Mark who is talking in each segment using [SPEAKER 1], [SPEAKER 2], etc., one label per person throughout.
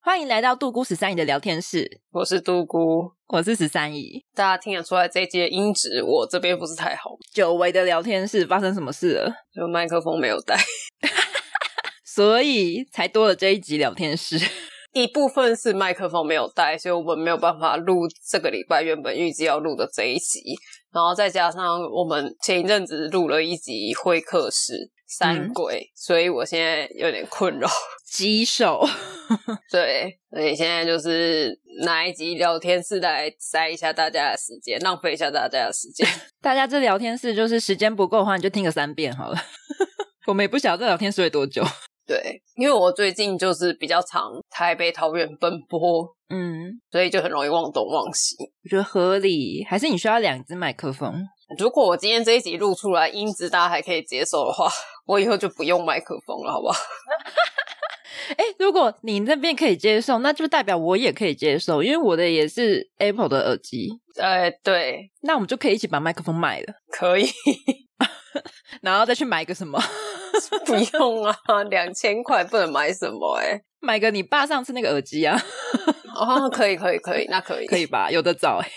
[SPEAKER 1] 欢迎来到杜姑十三姨的聊天室，
[SPEAKER 2] 我是杜姑，
[SPEAKER 1] 我是十三姨。
[SPEAKER 2] 大家听得出来这一集的音质，我这边不是太好，
[SPEAKER 1] 久违的聊天室发生什么事了？
[SPEAKER 2] 就麦克风没有带。
[SPEAKER 1] 所以才多了这一集聊天室。
[SPEAKER 2] 一部分是麦克风没有带，所以我们没有办法录这个礼拜原本预计要录的这一集，然后再加上我们前一阵子录了一集会客室三
[SPEAKER 1] 嗯
[SPEAKER 2] 鬼，所以我现在有点困扰。
[SPEAKER 1] 棘手，
[SPEAKER 2] 对，所以现在就是拿一集聊天室来塞一下大家的时间，浪费一下大家的时间。
[SPEAKER 1] 大家这聊天室就是时间不够的话，你就听个三遍好了。 我们也不晓得这聊天室会多久。
[SPEAKER 2] 对，因为我最近就是比较常台北、桃园奔波，
[SPEAKER 1] 嗯，
[SPEAKER 2] 所以就很容易忘东忘西。
[SPEAKER 1] 我觉得合理，还是你需要两只麦克风？
[SPEAKER 2] 如果我今天这一集录出来音质大家还可以接受的话，我以后就不用麦克风了，好不好？
[SPEAKER 1] 哎，如果你那边可以接受，那就代表我也可以接受，因为我的也是 Apple 的耳机，
[SPEAKER 2] 呃，对，
[SPEAKER 1] 那我们就可以一起把麦克风卖了，
[SPEAKER 2] 可以，
[SPEAKER 1] 然后再去买一个什么，
[SPEAKER 2] 不用啊，两千块不能买什么哎、
[SPEAKER 1] 买个你爸上次那个耳机啊，
[SPEAKER 2] 哦，可以，可以，可以，那可以，
[SPEAKER 1] 可以，吧？有的找、欸，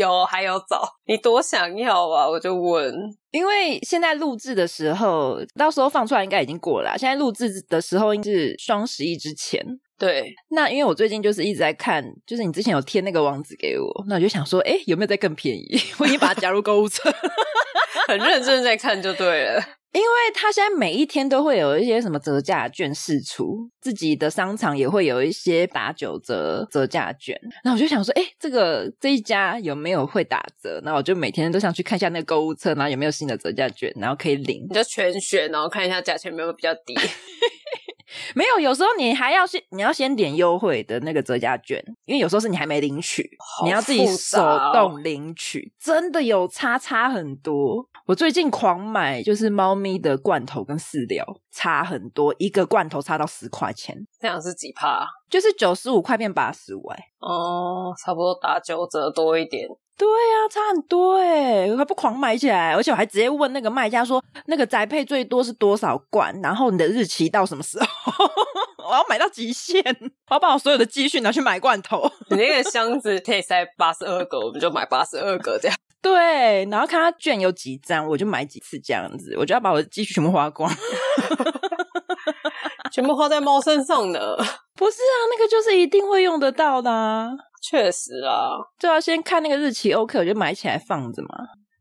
[SPEAKER 2] 有还有找，你多想要啊？我就问，
[SPEAKER 1] 因为现在录制的时候，到时候放出来应该已经过了啦啊现在录制的时候应该是双十一之前。
[SPEAKER 2] 对，
[SPEAKER 1] 那因为我最近就是一直在看，就是你之前有贴那个网址给我，那我就想说，哎、有没有再更便宜？ 我已经把它加入购物车。
[SPEAKER 2] 很认真在看就对了。
[SPEAKER 1] 因为它现在每一天都会有一些什么折价券释出，自己的商场也会有一些打九折折价券。那我就想说，哎，这个这一家有没有会打折？那我就每天都想去看一下那个购物车，然后有没有新的折价券，然后可以领。
[SPEAKER 2] 你就全选，然后看一下价钱有没有比较低。
[SPEAKER 1] 没有，有时候你还要先你要先点优惠的那个折价券，因为有时候是你还没领取，
[SPEAKER 2] 好
[SPEAKER 1] 你要自己
[SPEAKER 2] 复
[SPEAKER 1] 手
[SPEAKER 2] 杂哦
[SPEAKER 1] 动领取，真的有差差很多。我最近狂买就是猫咪的罐头跟饲料，差很多，一个罐头差到十块钱，
[SPEAKER 2] 这样是几趴？
[SPEAKER 1] 就是九十五块变八十五，哎，
[SPEAKER 2] 哦，差不多打九折多一点。
[SPEAKER 1] 对呀、差很多哎、我还不狂买起来，而且我还直接问那个卖家说，那个宅配最多是多少罐，然后你的日期到什么时候？ 我要买到极限， 我要把我所有的积蓄拿去买罐头。
[SPEAKER 2] 你那个箱子可以塞八十二个，我们就买八十二个这样。
[SPEAKER 1] 对，然后看他券有几张，我就买几次这样子，我就要把我的积蓄全部花光。
[SPEAKER 2] 全部花在猫身上呢。
[SPEAKER 1] 不是啊，那个就是一定会用得到的、啊，
[SPEAKER 2] 确实啊，
[SPEAKER 1] 就要先看那个日期 OK，我就买起来放着嘛。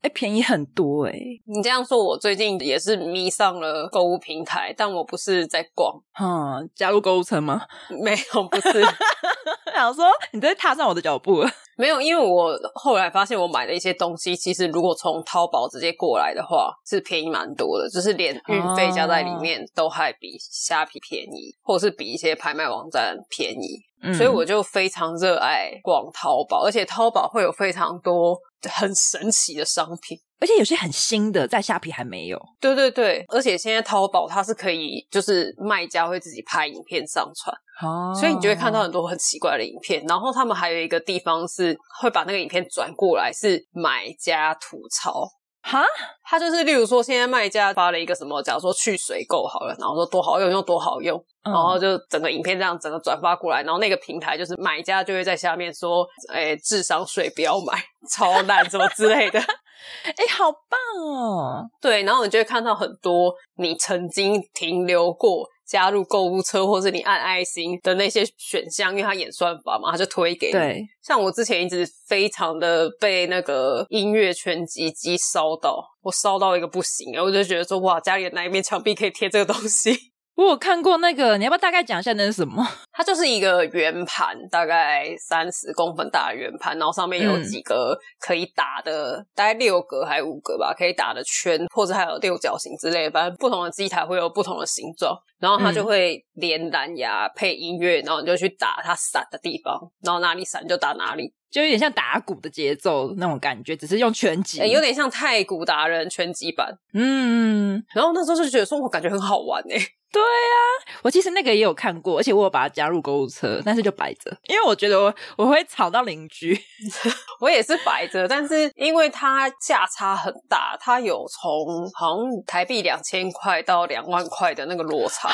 [SPEAKER 1] 哎，便宜很多哎、
[SPEAKER 2] 你这样说，我最近也是迷上了购物平台，但我不是在逛，
[SPEAKER 1] 哈、加入购物车 吗？
[SPEAKER 2] 没有，不 是，
[SPEAKER 1] 我想说你在踏上我的脚步了。
[SPEAKER 2] 没有，因为我后来发现，我买的一些东西，其实如果从淘宝直接过来的话，是便宜蛮多的，就是连运费加在里面都还比虾皮便宜，或是比一些拍卖网站便宜。
[SPEAKER 1] 嗯
[SPEAKER 2] 所以我就非常热爱逛淘宝，而且淘宝会有非常多很神奇的商品。
[SPEAKER 1] 而且有些很新的，在虾皮还没有。
[SPEAKER 2] 对对对，而且现在淘宝它是可以，就是卖家会自己拍影片上传，
[SPEAKER 1] 哦
[SPEAKER 2] 所以你就会看到很多很奇怪的影片。然后他们还有一个地方是会把那个影片转过来，是买家吐槽。
[SPEAKER 1] 哈，
[SPEAKER 2] 他就是，例如说，现在卖家发了一个什么，假如说去水垢好了，然后说多好用，用多好用，
[SPEAKER 1] 然
[SPEAKER 2] 然后就整个影片这样整个转发过来，然后那个平台就是买家就会在下面说，哎，智商税不要买， 超烂什么之类的。
[SPEAKER 1] 哎、诶好棒哦！
[SPEAKER 2] 对，然后你就会看到很多你曾经停留过加入购物车，或是你按爱心的那些选项，因为它演算法嘛，它就推给你。，
[SPEAKER 1] 对，
[SPEAKER 2] 像我之前一直非常的被那个音乐全集机烧到，我烧到一个不行，然后我就觉得说，哇，家里的哪一面墙壁可以贴这个东西？
[SPEAKER 1] 我有看过那个，你要不要大概讲一下那是什么？
[SPEAKER 2] 它就是一个圆盘，大概三十公分大的圆盘，然后上面有
[SPEAKER 1] 嗯
[SPEAKER 2] 几个可以打的，大概六个还五个吧，可以打的圈，或者还有六角形之类的。反正不同的机台会有不同的形状，然后它就
[SPEAKER 1] 嗯
[SPEAKER 2] 会连蓝牙配音乐，然后你就去打它闪的地方，然后哪里闪就打哪里，
[SPEAKER 1] 就有点像打鼓的节奏那种感觉，只是用拳击。
[SPEAKER 2] 哎诶有点像太鼓达人拳击版。
[SPEAKER 1] 嗯，
[SPEAKER 2] 然后那时候就觉得说，我感觉很好玩哎、
[SPEAKER 1] 对啊，我其实那个也有看过，而且我有把它加入购物车，但是就摆着，因为我觉得我我会吵到邻居。
[SPEAKER 2] 我也是摆着，但是因为它价差很大，它有从好像台币两千块到两万块的那个落 差，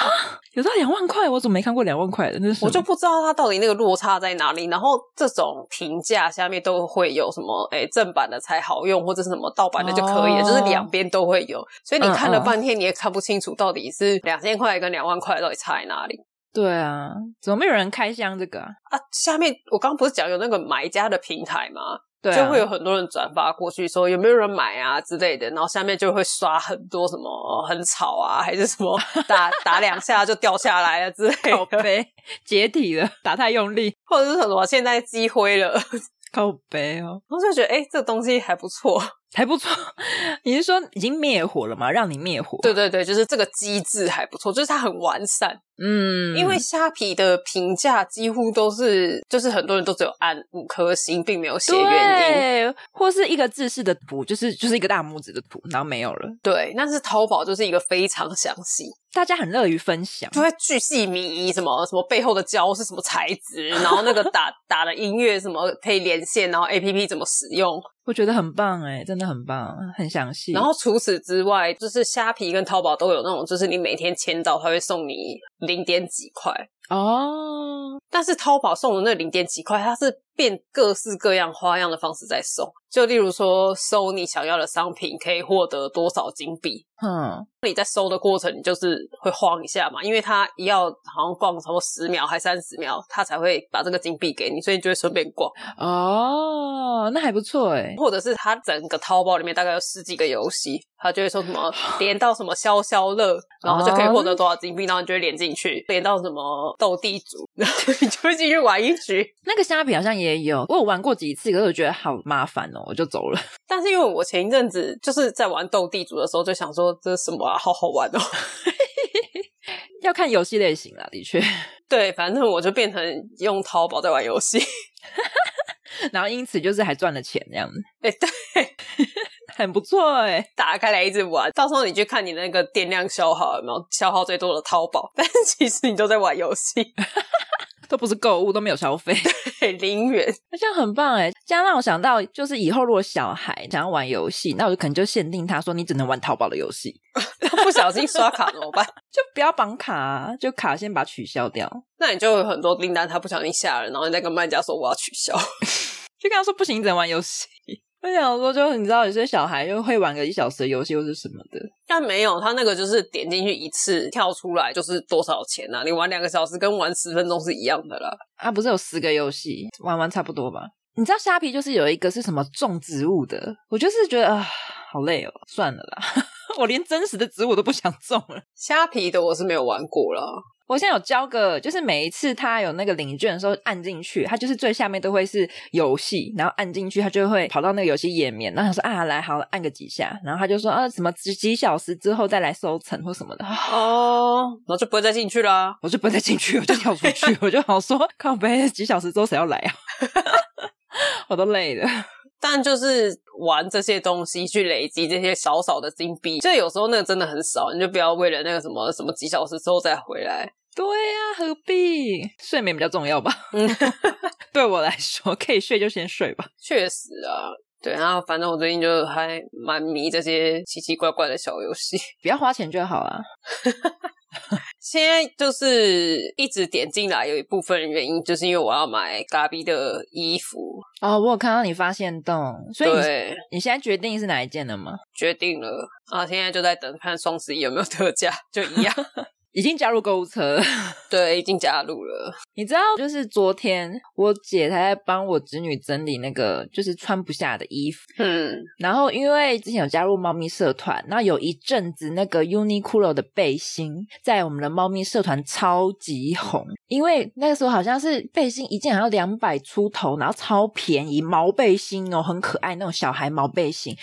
[SPEAKER 1] 有到两万块，我怎么没看过两万块的？那是什么
[SPEAKER 2] 我就不知道它到底那个落差在哪里。然后这种评价下面都会有什么，哎、正版的才好用，或者是什么盗版的就可以了，
[SPEAKER 1] 哦
[SPEAKER 2] 就是两边都会有。所以你
[SPEAKER 1] 嗯
[SPEAKER 2] 看了
[SPEAKER 1] 嗯
[SPEAKER 2] 半天，你也看不清楚到底是两千块跟两万块到底差在哪里。
[SPEAKER 1] 对啊，怎么没有人开箱这个啊？
[SPEAKER 2] 啊，下面我刚不是讲有那个买家的平台吗？
[SPEAKER 1] 对啊，
[SPEAKER 2] 就会有很多人转发过去说有没有人买啊之类的，然后下面就会刷很多什么很吵啊，还是什 么打打两下就掉下来了之类
[SPEAKER 1] 口
[SPEAKER 2] 的，
[SPEAKER 1] 碑解体了，打太用力，
[SPEAKER 2] 或者是什么现在积灰了，然
[SPEAKER 1] 口碑哦，
[SPEAKER 2] 后就觉得哎、诶这个东西还不错。
[SPEAKER 1] 还不错。你是说已经灭火了吗？让你灭火？
[SPEAKER 2] 对，对对，就是这个机制还不错，就是它很完善。
[SPEAKER 1] 嗯，
[SPEAKER 2] 因为虾皮的评价几乎都是，就是很多人都只有按五颗星，并没有写原因。
[SPEAKER 1] 对，或是一个字式的图，就是就是一个大拇指的图，然后没有了。
[SPEAKER 2] 对，但是淘宝就是一个非常详细，
[SPEAKER 1] 大家很乐于分享，
[SPEAKER 2] 就会巨细靡遗，什么什么背后的胶是什么材质，然后那个打打的音乐什么可以连线，然后 A P P 怎么使用，
[SPEAKER 1] 我觉得很棒哎，真的很棒，很详细。
[SPEAKER 2] 然后除此之外，就是虾皮跟淘宝都有那种，就是你每天签到，它会送你零点几块，
[SPEAKER 1] 哦，
[SPEAKER 2] 但是淘宝送的那零点几块，它是变各式各样花样的方式在送，就例如说收你想要的商品可以获得多少金币，
[SPEAKER 1] 嗯，
[SPEAKER 2] 你在收的过程，你就是会晃一下嘛，因为它一要好像逛差不多十秒还三十秒，它才会把这个金币给你，所以你就会顺便逛，
[SPEAKER 1] 哦，那还不错哎，
[SPEAKER 2] 或者是它整个淘宝里面大概有十几个游戏，它就会说什么连到什么消消乐，然后就可以获得多少金币，然后你就会连进去，连到什么斗地主， 然后你就会进去玩一局。
[SPEAKER 1] 那个虾皮好像也有，我有玩过几次，可是我觉得好麻烦哦，我就走了。
[SPEAKER 2] 但是因为我前一阵子就是在玩斗地主的时候，就想说这是什么啊，好好玩哦。
[SPEAKER 1] 要看游戏类型啦，的确。
[SPEAKER 2] 对，反正我就变成用淘宝在玩游戏。
[SPEAKER 1] 然后因此就是还赚了钱这样子，
[SPEAKER 2] 哎、对。
[SPEAKER 1] 很不错哎。
[SPEAKER 2] 打开来一直玩，到时候你去看你那个电量消耗有没有消耗最多的淘宝， 但是其实你都在玩游戏，
[SPEAKER 1] 都不是购物，都没有消费，
[SPEAKER 2] 嘿零元。
[SPEAKER 1] 那这样很棒哎！这样让我想到，就是以后如果小孩想要玩游戏，那我就可能就限定他说，你只能玩淘宝的游戏，
[SPEAKER 2] 不小心刷卡怎么办？
[SPEAKER 1] 就不要绑卡、啊，就卡先把它取消掉。
[SPEAKER 2] 那你就有很多订单，他不小心下了，然后你再跟卖家说我要取消。
[SPEAKER 1] 就跟他说不行，你只能玩游戏。 我想说，就你知道，有些小孩就会玩个一小时的游戏或是什么的，
[SPEAKER 2] 但没有，他那个就是点进去一次跳出来就是多少钱啊？你玩两个小时跟玩十分钟是一样的啦。
[SPEAKER 1] 啊，不是有十个游戏玩玩差不多吧？你知道虾皮就是有一个是什么种植物的，我就是觉得啊、好累哦，算了啦， 我连真实的植物都不想种了。
[SPEAKER 2] 虾皮的我是没有玩过啦，
[SPEAKER 1] 我现在有交个，就是每一次他有那个领券的时候按进去，它就是最下面都会是游戏，然后按进去，它就会跑到那个游戏页面，然后他说啊，来好按个几下，然后他就说啊，什么几几小时之后再来收成或什么的， 啊
[SPEAKER 2] 哦，然后就不会再进去啦。
[SPEAKER 1] 我就不会再进去，我就跳出去，我就好说靠背几小时之后谁要来啊？ 我都累了，
[SPEAKER 2] 但就是玩这些东西去累积这些少少的金币，就有时候那个真的很少，你就不要为了那个什么什么几小时之后再回来。
[SPEAKER 1] 对呀、何必？睡眠比较重要吧？
[SPEAKER 2] 嗯，
[SPEAKER 1] 对我来说，可以睡就先睡吧。
[SPEAKER 2] 确实啊，对。然后反正我最近就还蛮迷这些奇奇怪怪的小游戏，
[SPEAKER 1] 不要花钱就好啊。
[SPEAKER 2] 现在就是一直点进来，有一部分原因就是因为我要买嘎比的衣服，
[SPEAKER 1] 哦，我有看到你发现洞，所以你
[SPEAKER 2] 对，
[SPEAKER 1] 你现在决定是哪一件了吗？
[SPEAKER 2] 决定了啊，现在就在等看双十一有没有特价，就一样，
[SPEAKER 1] 已经加入购物车。
[SPEAKER 2] 对，已经加入了，
[SPEAKER 1] 你知道，就是昨天我姐她在帮我侄女整理那个就是穿不下的衣服，
[SPEAKER 2] 嗯，
[SPEAKER 1] 然后因为之前有加入猫咪社团，那有一阵子那个 Uniqlo 的背心在我们的猫咪社团超级红，因为那个时候好像是背心一件好像两百出头，然后超便宜，毛背心哦，很可爱那种小孩毛背心，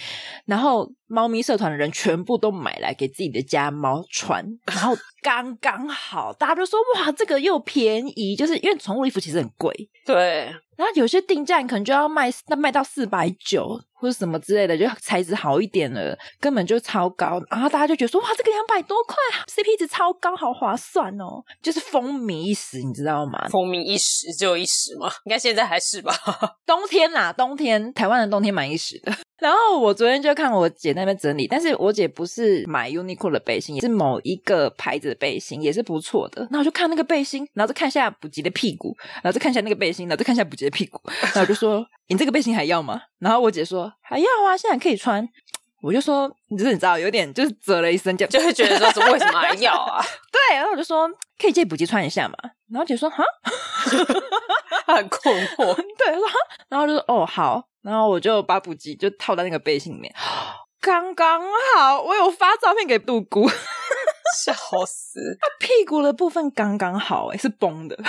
[SPEAKER 1] 然后猫咪社团的人全部都买来给自己的家猫穿，然后刚刚好，大家都说哇，这个又便宜，就是因为宠物衣服其实很贵，
[SPEAKER 2] 对，
[SPEAKER 1] 然后有些定价你可能就要卖那卖到四百九或者什么之类的，就材质好一点的，根本就超高。然后大家就觉得说，哇，这个两百多块，CP 值超高，好划算哦，就是风靡一时，你知道吗？
[SPEAKER 2] 风靡一时只有一时嘛，应该现在还是吧？
[SPEAKER 1] 冬天啦，冬天台湾的冬天蛮一时 的。然后我昨天就看我姐那边整理，但是我姐不是买 Uniqlo 的背心，也是某一个牌子的背心，也是不错的。那我就看那个背心，然后就看一下补吉的屁股，然后再看一下那个背心，然后再看一下补吉的屁股， 然后我就说：“你这个背心还要吗？”然后我姐说：“还要啊，现在可以穿。”我就说：“你就是你知道，有点就是啧了一声，就
[SPEAKER 2] 就会觉得说是为什么还要啊？
[SPEAKER 1] 对。”然后我就说：“可以借补吉穿一下嘛？”然后姐说：“哈。”
[SPEAKER 2] 很困惑，
[SPEAKER 1] 对，然后然后就说哦好，然后我就把补给就套在那个背心里面， 刚刚好，我有发照片给杜姑，
[SPEAKER 2] 笑死！
[SPEAKER 1] 屁股的部分刚刚好、欸，哎是崩的，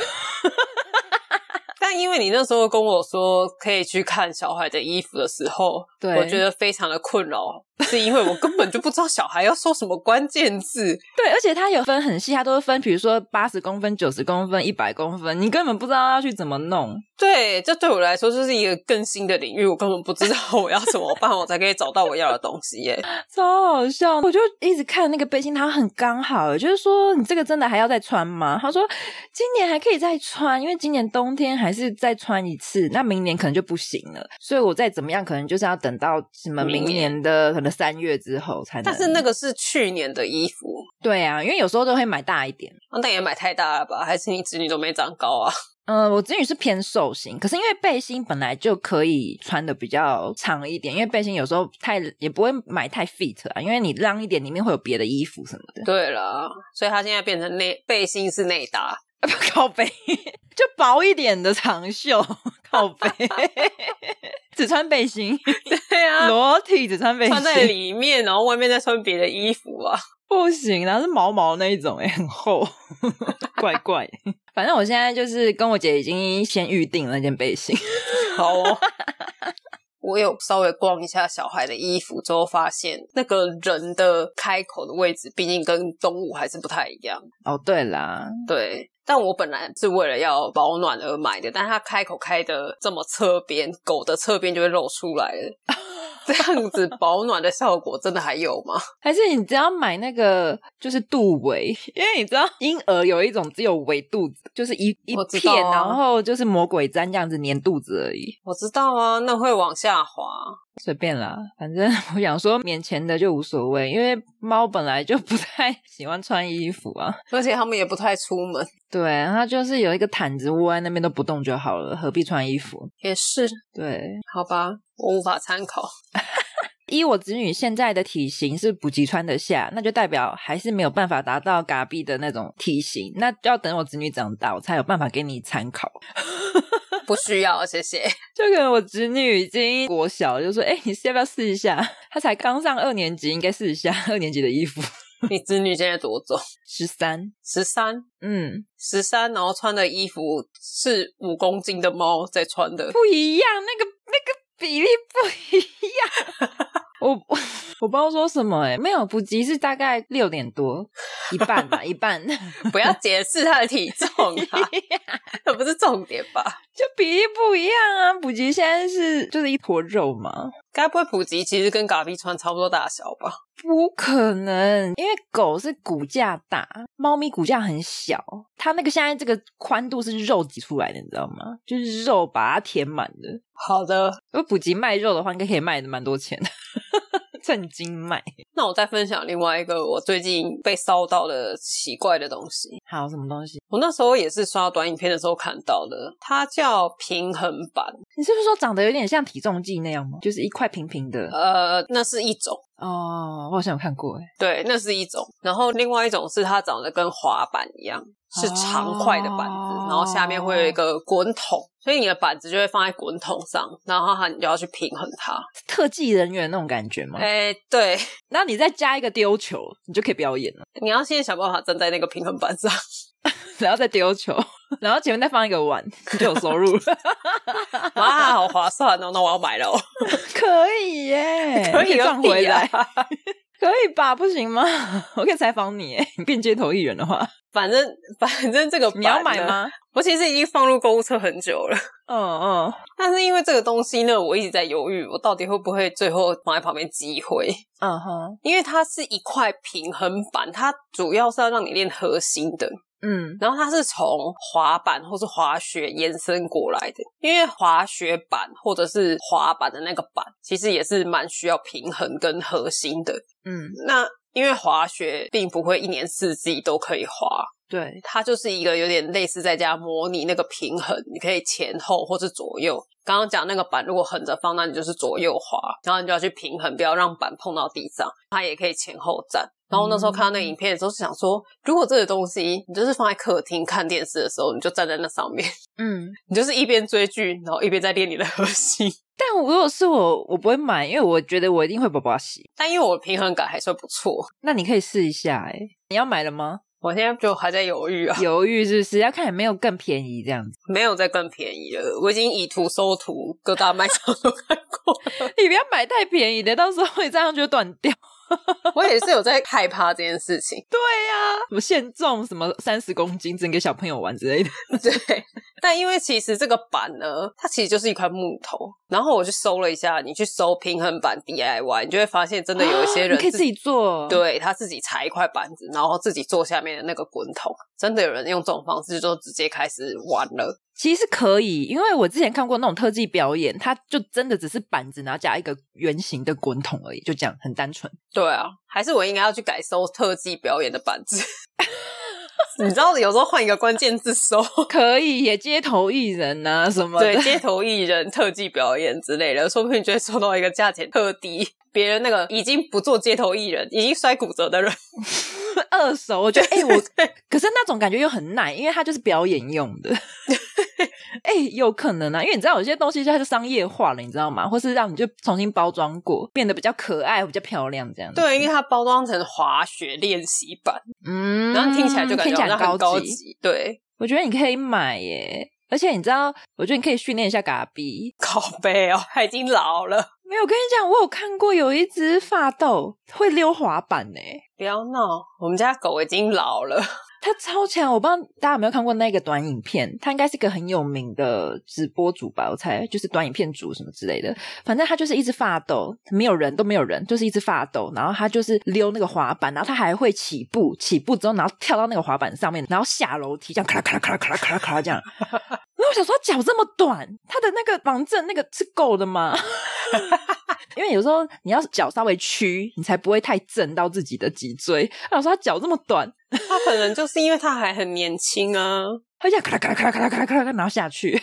[SPEAKER 2] 但因为你那时候跟我说可以去看小孩的衣服的时候，
[SPEAKER 1] 对
[SPEAKER 2] 我觉得非常的困扰，是因为我根本就不知道小孩要搜什么关键字，
[SPEAKER 1] 对，而且它有分很细，它都是分，比如说八十公分、九十公分、一百公分，你根本不知道要去怎么弄，
[SPEAKER 2] 对，这对我来说就是一个更新的领域，我根本不知道我要怎么办，我才可以找到我要的东西 耶。
[SPEAKER 1] 超好笑。我就一直看那个背心，它很刚好，就是说你这个真的还要再穿吗？他说今年还可以再穿，因为今年冬天还是再穿一次，那明年可能就不行了。所以我再怎么样，可能就是要等到什么
[SPEAKER 2] 明
[SPEAKER 1] 明
[SPEAKER 2] 年
[SPEAKER 1] 年的可能三月之后才能。
[SPEAKER 2] 但是那个是去年的衣服，
[SPEAKER 1] 对啊，因为有时候都会买大一点。
[SPEAKER 2] 啊那也买太大了吧？还是你子女都没长高啊？
[SPEAKER 1] 嗯、我子女是偏瘦型，可是因为背心本来就可以穿的比较长一点，因为背心有时候太也不会买太 fit 啊，因为你浪一点，里面会有别的衣服什么的。
[SPEAKER 2] 对了，所以他现在变成内背心是内搭，
[SPEAKER 1] 靠背，就薄一点的长袖，靠背， 只穿背心，
[SPEAKER 2] 对啊，
[SPEAKER 1] 裸体只穿背心，
[SPEAKER 2] 穿在里面，然后外面再穿别的衣服啊。
[SPEAKER 1] 不行，然后是毛毛那一种、欸，很厚， 怪怪。反正我现在就是跟我姐已经先预定了那件背心，
[SPEAKER 2] 好哦。 我有稍微逛一下小孩的衣服之后，发现那个人的开口的位置，毕竟跟动物还是不太一样。
[SPEAKER 1] 哦，对啦，
[SPEAKER 2] 对，但我本来是为了要保暖而买的，但它开口开的这么侧边，狗的侧边就会露出来了。这样子保暖的效果真的还有吗？
[SPEAKER 1] 还是你只要买那个就是肚围，因为你知道婴儿有一种只有围肚子，就是一一
[SPEAKER 2] 我知道
[SPEAKER 1] 片，
[SPEAKER 2] 啊
[SPEAKER 1] 然后就是魔鬼毡这样子粘肚子而已。
[SPEAKER 2] 我知道啊，那会往下滑。
[SPEAKER 1] 随便啦，反正 我想说免钱的就无所谓，因为猫本来就不太 喜欢穿衣服啊。
[SPEAKER 2] 而且他们也不太出门，
[SPEAKER 1] 对，它就是有一个毯子窝在那边都不动就好了，何必穿衣服？
[SPEAKER 2] 也是
[SPEAKER 1] 对，
[SPEAKER 2] 好吧，我无法参考。
[SPEAKER 1] 依我子女现在的体型是补给穿得下，那就代表还是没有办法达到嘎比的那种体型，那就要等我子女长大，我才有办法给你参考。
[SPEAKER 2] 不需要，谢谢。
[SPEAKER 1] 就可能我侄女已经国小，就说：“哎、你是要不要试一下？” 她才刚上二年级，应该试一下二年级的衣服。
[SPEAKER 2] 你子女现在多重？
[SPEAKER 1] 十三，
[SPEAKER 2] 十三，
[SPEAKER 1] 嗯，
[SPEAKER 2] 十三，然后穿的衣服是五公斤的猫在穿的，
[SPEAKER 1] 不一样，那个那个比例不一样。我 我我不知道说什么哎、欸，没有补给是大概六点多，一半吧，一半就
[SPEAKER 2] 不要解释它的体重啊， 那不是重点吧？
[SPEAKER 1] 比例不一样啊。补给现在是就是一坨肉嘛，
[SPEAKER 2] 该不会普吉其实跟嘎比穿差不多大小吧？
[SPEAKER 1] 不可能，因为狗是骨架大，猫咪骨架很小，它那个现在这个宽度是肉挤出来的，你知道吗？就是肉把它填满的。
[SPEAKER 2] 好的，
[SPEAKER 1] 如果补给卖肉的话，应该可以卖的蛮多钱的， 趁斤卖。
[SPEAKER 2] 那我再分享另外一个我最近被烧到的奇怪的东西。
[SPEAKER 1] 好，什么东西？
[SPEAKER 2] 我那时候也是刷短影片的时候看到的，它叫平衡板，
[SPEAKER 1] 你是不是说长得有点像体重计那样吗？就是一块平平的。
[SPEAKER 2] 呃，那是一种。
[SPEAKER 1] 哦，我好像有看过哎。
[SPEAKER 2] 对，那是一种。然后另外一种是它长得跟滑板一样，是长块的板子，
[SPEAKER 1] 哦
[SPEAKER 2] 然后下面会有一个滚筒，所以你的板子就会放在滚筒上，然后它你就要去平衡它。
[SPEAKER 1] 是特技人员那种感觉吗？
[SPEAKER 2] 哎、对，
[SPEAKER 1] 然后你再加一个丢球，你就可以表演了，
[SPEAKER 2] 你要先想办法站在那个平衡板啊上。
[SPEAKER 1] 然后再丢球，然后前面再放一个碗，你就有收入了。
[SPEAKER 2] 哇，好划算哦！那我要买了哦，
[SPEAKER 1] 可以耶，
[SPEAKER 2] 可以
[SPEAKER 1] 而且
[SPEAKER 2] 个
[SPEAKER 1] 赚回
[SPEAKER 2] 屁啊
[SPEAKER 1] 来。可以吧？不行吗？ 我可以采访你，你变街头艺人的话，
[SPEAKER 2] 反正反正这个
[SPEAKER 1] 你要
[SPEAKER 2] 版
[SPEAKER 1] 买
[SPEAKER 2] 呢？
[SPEAKER 1] 吗？
[SPEAKER 2] 我其实已经放入购物车很久了，
[SPEAKER 1] 嗯嗯，
[SPEAKER 2] 但是因为这个东西呢，我一直在犹豫，我到底会不会最后放在旁边积灰？
[SPEAKER 1] 嗯哼，
[SPEAKER 2] 因为它是一块平衡板，它主要是要让你练核心的，
[SPEAKER 1] 嗯
[SPEAKER 2] 然后它是从滑板或是滑雪延伸过来的，因为滑雪板或者是滑板的那个板，其实也是蛮需要平衡跟核心的。
[SPEAKER 1] 嗯，
[SPEAKER 2] 那因为滑雪并不会一年四季都可以滑，
[SPEAKER 1] 对，
[SPEAKER 2] 它就是一个有点类似在家模拟那个平衡，你可以前后或是左右。刚刚讲那个板如果横着放，那你就是左右滑，然后你就要去平衡，不要让板碰到地上。它也可以前后站。然后那时候看到那个影片的时候，是想说，如果这个东西你就是放在客厅看电视的时候，你就站在那上面，
[SPEAKER 1] 嗯。
[SPEAKER 2] 你就是一边追剧，然后一边在练你的核心。
[SPEAKER 1] 但如果是我，我不会买，因为我觉得我一定会宝宝洗。
[SPEAKER 2] 但因为我平衡感还算不错，
[SPEAKER 1] 那你可以试一下、欸，你要买了吗？
[SPEAKER 2] 我现在就还在犹豫啊，
[SPEAKER 1] 犹豫是不是？要看有没有更便宜这样子。
[SPEAKER 2] 没有再更便宜了。我已经以图搜图，各大卖场都看过了。
[SPEAKER 1] 你不要买太便宜的，到时候你这样就断掉。
[SPEAKER 2] 我也是有在害怕这件事情，
[SPEAKER 1] 对呀、什么限重，什么三十公斤，整给小朋友玩之类的。
[SPEAKER 2] 对。但因为其实这个板呢，它其实就是一块木头。然后我去搜了一下，你去搜平衡板 DIY，你就会发现真的有一些人
[SPEAKER 1] 啊你可以
[SPEAKER 2] 自
[SPEAKER 1] 自己做。，
[SPEAKER 2] 对他自己裁一块板子，然后自己做下面的那个滚筒。真的有人用这种方式就直接开始玩了。
[SPEAKER 1] 其实可以，因为我之前看过那种特技表演，它就真的只是板子，然后加一个圆形的滚筒而已，就这样，很单 纯。
[SPEAKER 2] 对啊，还是我应该要去改搜特技表演的板子。 你知道，有时候换一个关键字搜，
[SPEAKER 1] 可以也街头艺人呐、什么的。
[SPEAKER 2] 对，街头艺人、特技表演之类的，说不定你就会收到一个价钱特低。别人那个已经不做街头艺人，已经摔骨折的人，
[SPEAKER 1] 二手，我觉得哎、 我可是那种感觉又很奶，因为它就是表演用 的。哎、有可能啊，因为你知道有些东西它就商业化了，你知道吗？或是让你就重新包装过，变得比较可爱、比较漂亮这样。，
[SPEAKER 2] 对，因为它包装成滑雪练习版，
[SPEAKER 1] 嗯
[SPEAKER 2] 然后听起来就感
[SPEAKER 1] 听
[SPEAKER 2] 觉
[SPEAKER 1] 起
[SPEAKER 2] 好
[SPEAKER 1] 来
[SPEAKER 2] 像很高
[SPEAKER 1] 级。
[SPEAKER 2] 级，对，
[SPEAKER 1] 我觉得你可以买耶，而且你知道，我觉得你可以训练一下嘎比。
[SPEAKER 2] 靠背哦，他已经老了，
[SPEAKER 1] 没有，我跟你讲，我有看过有一只发豆会溜滑板呢，
[SPEAKER 2] 不要闹，我们家狗已经老了，
[SPEAKER 1] 它超强。我不知道大家有没有看过那个短影片，它应该是个很有名的直播主吧，我猜就是短影片主什么之类的。反正它就是一只发豆，没有人都没有人，就是一只发豆。然后它就是溜那个滑板，然后它还会起步，起步之后然后跳到那个滑板上面，然后下楼梯这样咔啦咔啦咔啦咔啦咔啦咔啦这样。然后我想说，脚这么短，它的那个防震那个是够的吗？ 因为有时候你要脚稍微屈，你才不会太震到自己的脊椎。我想说，他脚这么短，
[SPEAKER 2] 他可能就是因为他还很年轻啊，
[SPEAKER 1] 他这样咔啦咔啦咔啦咔啦咔啦咔啦，然后下去，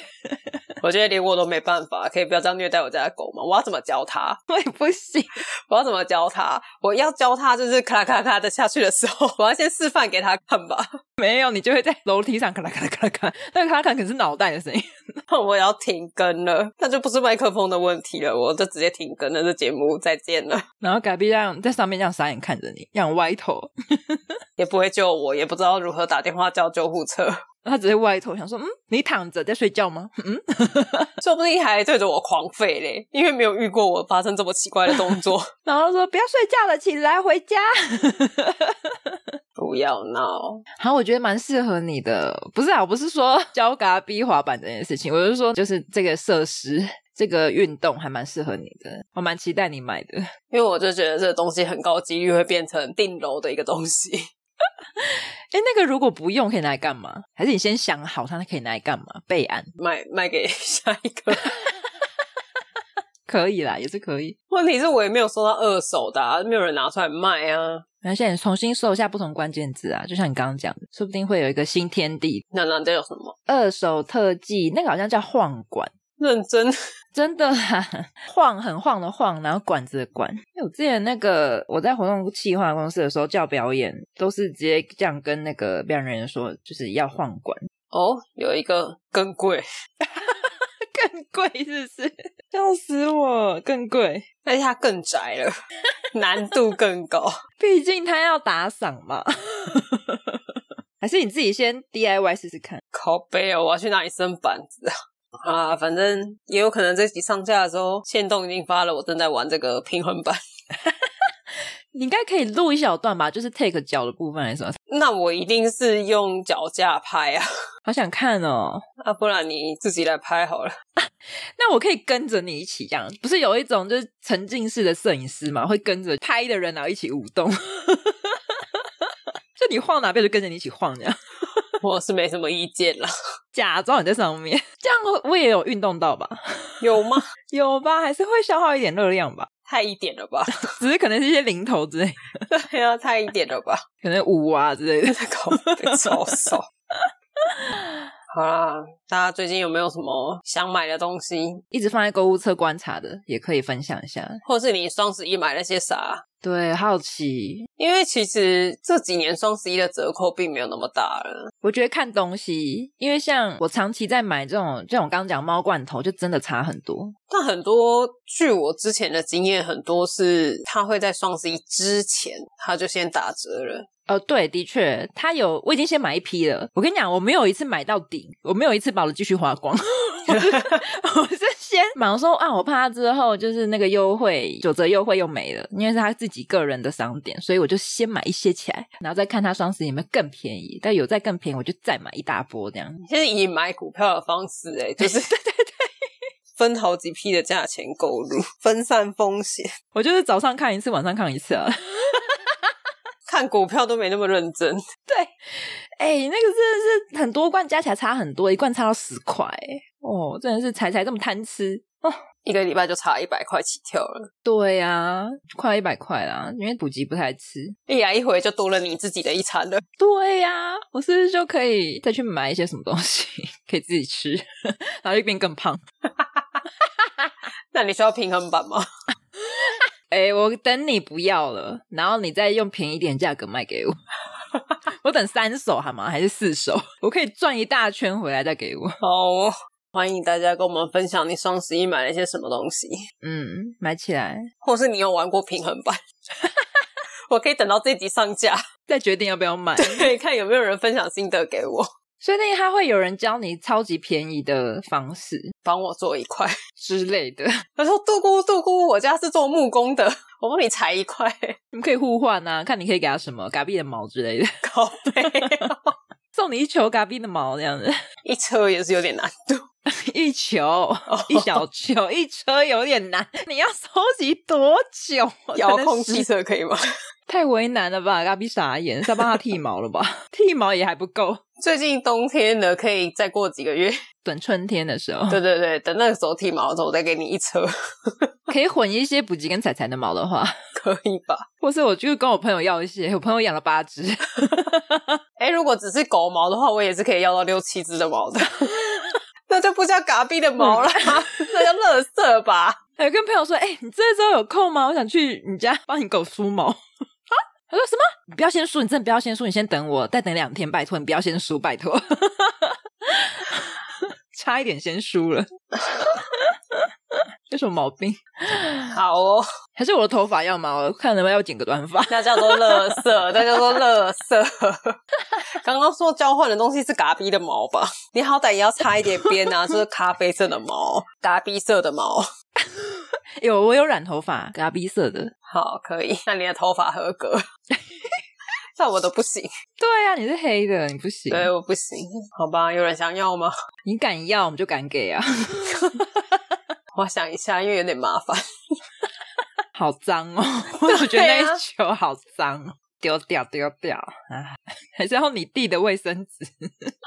[SPEAKER 2] 我觉得连我都没办法，可以不要这样虐待我家的狗吗？我要怎么教它？
[SPEAKER 1] 我也不行。
[SPEAKER 2] 我要怎么教他？我要教他就是咔啦咔啦咔啦的下去的时候，我要先示范给他看吧。
[SPEAKER 1] 没有，你就会在楼梯上咔啦咔啦咔啦咔啦，那个咔啦咔啦可能是脑袋的声音。
[SPEAKER 2] 我要停更了，那就不是麦克风的问题了，我就直接停更了，这节目再见了，
[SPEAKER 1] 然后嘎比这样在上面这样傻眼看着你，这样歪头，
[SPEAKER 2] 也不会救我，也不知道如何打电话叫救护车，
[SPEAKER 1] 他只是歪头想说，嗯，你躺着在睡觉吗？ 嗯，
[SPEAKER 2] 说不定还对着我狂吠嘞，因为没有遇过我发生这么奇怪的动作。
[SPEAKER 1] 然后说不要睡觉了，起来回家。
[SPEAKER 2] 不要闹，
[SPEAKER 1] 好，我觉得蛮适合你的。不是啊，我不是说教嘎逼滑板这件事情，我是说就是这个设施。这个运动还蛮适合你的，我蛮期待你买的。
[SPEAKER 2] 因为我就觉得这个东西很高几率会变成定楼的一个东西。
[SPEAKER 1] 哎，那个如果不用可以拿来干嘛？还是你先想好它可以拿来干嘛？备案
[SPEAKER 2] 卖卖给下一个。
[SPEAKER 1] 可以啦，也是可以。
[SPEAKER 2] 问题是我也没有收到二手的、啊，没有人拿出来卖啊。
[SPEAKER 1] 然后现在你重新搜一下不同关键字啊，就像你刚刚讲的，说不定会有一个新天地。
[SPEAKER 2] 那那这有什么？
[SPEAKER 1] 二手特技那个好像叫晃管，
[SPEAKER 2] 认真
[SPEAKER 1] 真的啦， 晃很晃的晃，然后管子的管。因为我之前那个我在活动企划公司的时候叫表演，都是直接这样跟那个表演人员说，就是要晃管，
[SPEAKER 2] 哦，有一个更贵，
[SPEAKER 1] 更贵是不是？笑死我，更贵。
[SPEAKER 2] 而且它更窄了， 难度更高。
[SPEAKER 1] 毕竟他要打赏嘛。 还是你自己先 DIY 试试看。
[SPEAKER 2] 靠背哦，我要去哪里生板子啊？啊，反正也有可能这集上架的时候，线动已经发了，我正在玩这个平衡板。
[SPEAKER 1] 你应该可以录一小段吧，就是 take 脚的部分还是什么？
[SPEAKER 2] 那我一定是用脚架拍啊，
[SPEAKER 1] 好想看哦。
[SPEAKER 2] 啊，不然你自己来拍好了。
[SPEAKER 1] 那我可以跟着你一起这样，不是有一种就是沉浸式的摄影师嘛，会跟着拍的人然后一起舞动， 就你晃哪边就跟着你一起晃这样。
[SPEAKER 2] 我是没什么意见啦，
[SPEAKER 1] 假装你在上面，这样我我也有运动到吧？
[SPEAKER 2] 有吗？
[SPEAKER 1] 有吧？还是会消耗一点热量吧？
[SPEAKER 2] 太一点了吧？
[SPEAKER 1] 只是可能是一些零头之类，
[SPEAKER 2] 对啊，太一点了吧？
[SPEAKER 1] 可能舞啊之类的。
[SPEAKER 2] 在搞超少。 好啦，大家最近有没有什么想买的东西，
[SPEAKER 1] 一直放在购物车观察的，也可以分享一下。
[SPEAKER 2] 或是你双十一买了些啥？
[SPEAKER 1] 对，好奇，
[SPEAKER 2] 因为其实这几年双十一的折扣并没有那么大了。
[SPEAKER 1] 我觉得看东西，因为像我长期在买这种这种刚刚讲猫罐头，就真的差很多。
[SPEAKER 2] 但很多，据我之前的经验，很多是它会在双十一之前，它就先打折了。
[SPEAKER 1] 呃，对，的确，它有，我已经先买一批了。我跟你讲，我没有一次买到顶，我没有一次把我的继续花光。 我是我是先忙说啊，我怕它之后就是那个优惠九折优惠又没了，因为是他自己个人的商店，所以我就先买一些起来，然后再看它双十一有没有更便宜。但有再更便宜，我就再买一大波这样。
[SPEAKER 2] 你现在以买股票的方式、欸，哎，就是 对对对，分好几批的价钱购入，分散风险。
[SPEAKER 1] 我就是早上看一次，晚上看一次啊。
[SPEAKER 2] 看股票都没那么认真，
[SPEAKER 1] 哎、那个真的是很多罐加起来差很多，一罐差到十块、哦，真的是才才这么贪吃。
[SPEAKER 2] 一个礼拜就差一百块起跳了，
[SPEAKER 1] 对呀、快一百块啦，因为补给不太吃。
[SPEAKER 2] 一来一回就多了你自己的一餐了。
[SPEAKER 1] 对呀、我是不是就可以再去买一些什么东西，可以自己吃，然后就变更胖？
[SPEAKER 2] 那你需要平衡版吗？
[SPEAKER 1] 哎、我等你不要了，然后你再用便宜点价格卖给我。我等三手好吗？还是四手？我可以转一大圈回来再给我。
[SPEAKER 2] 好哦、欢迎大家跟我们分享你双十一买了一些什么东西，
[SPEAKER 1] 嗯，买起来
[SPEAKER 2] 或是你有玩过平衡版。 我可以等到这集上架，
[SPEAKER 1] 再决定要不要买。
[SPEAKER 2] 对，看有没有人分享心得给我，
[SPEAKER 1] 说不定他会有人教你超级便宜的方式
[SPEAKER 2] 帮我做一块。
[SPEAKER 1] 之类的，
[SPEAKER 2] 他说：“杜姑，杜姑，我家是做木工的，我帮你裁一块。
[SPEAKER 1] 你们可以互换啊，看你可以给他什么嘎币的毛之类的，”
[SPEAKER 2] 靠背，
[SPEAKER 1] 送你一球嘎币的毛这样子，
[SPEAKER 2] 一车也是有点难度。
[SPEAKER 1] 一球一小球 一车有点难，你要收集多久？
[SPEAKER 2] 遥控
[SPEAKER 1] 可能
[SPEAKER 2] 汽
[SPEAKER 1] 哦是
[SPEAKER 2] 车可以吗？
[SPEAKER 1] 太为难了吧？嘎比傻眼，是要帮他剃毛了吧？ 剃毛也还不够，
[SPEAKER 2] 最近冬天了，可以再过几个月。
[SPEAKER 1] 等春天的时候
[SPEAKER 2] 对对对，等那个时候剃毛的时候，我再给你一车，
[SPEAKER 1] 可以混一些补给跟彩彩的毛的话，
[SPEAKER 2] 可以吧？
[SPEAKER 1] 或是我就跟我朋友要一些，我朋友养了八只，
[SPEAKER 2] 哎，如果只是狗毛的话，我也是可以要到六七只的毛的， 那就不叫嘎逼的毛啦， 那叫乐色吧。
[SPEAKER 1] 还跟朋友说：“哎、你这周有空吗？我想去你家帮你狗梳毛。”啊，他说什么？你不要先梳，你真的不要先梳，你先等我，再等两天，拜托你不要先梳，拜托。 差一点先梳了， 有什么毛病？
[SPEAKER 2] 好哦，
[SPEAKER 1] 还是我的头发要吗？我看能不能要剪个短发。
[SPEAKER 2] 那叫做乐色，那叫做乐色。刚刚说交换的东西是嘎逼的毛吧？你好歹也要擦一点边啊，就是咖啡色的毛，嘎逼色的毛。
[SPEAKER 1] 有，我有染头发，嘎逼色的。
[SPEAKER 2] 好，可以。那你的头发合格， 像我都不行，
[SPEAKER 1] 对啊，你是黑的，你不行。
[SPEAKER 2] 对，我不行。好吧，有人想要吗？
[SPEAKER 1] 你敢要，我们就敢给啊。
[SPEAKER 2] 我想一下，因为有点麻烦。
[SPEAKER 1] 好脏哦！ 我觉得那
[SPEAKER 2] 对啊
[SPEAKER 1] 一球好脏哦，丢掉丢掉啊！还是要你弟的卫生纸，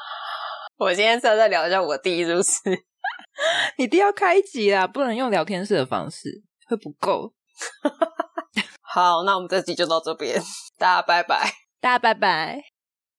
[SPEAKER 2] 我今天是要再聊一下我弟，是不是？
[SPEAKER 1] 你弟要开集啦，不能用聊天室的方式，会不够。
[SPEAKER 2] 好，那我们这集就到这边，大家拜拜。
[SPEAKER 1] 大家拜拜。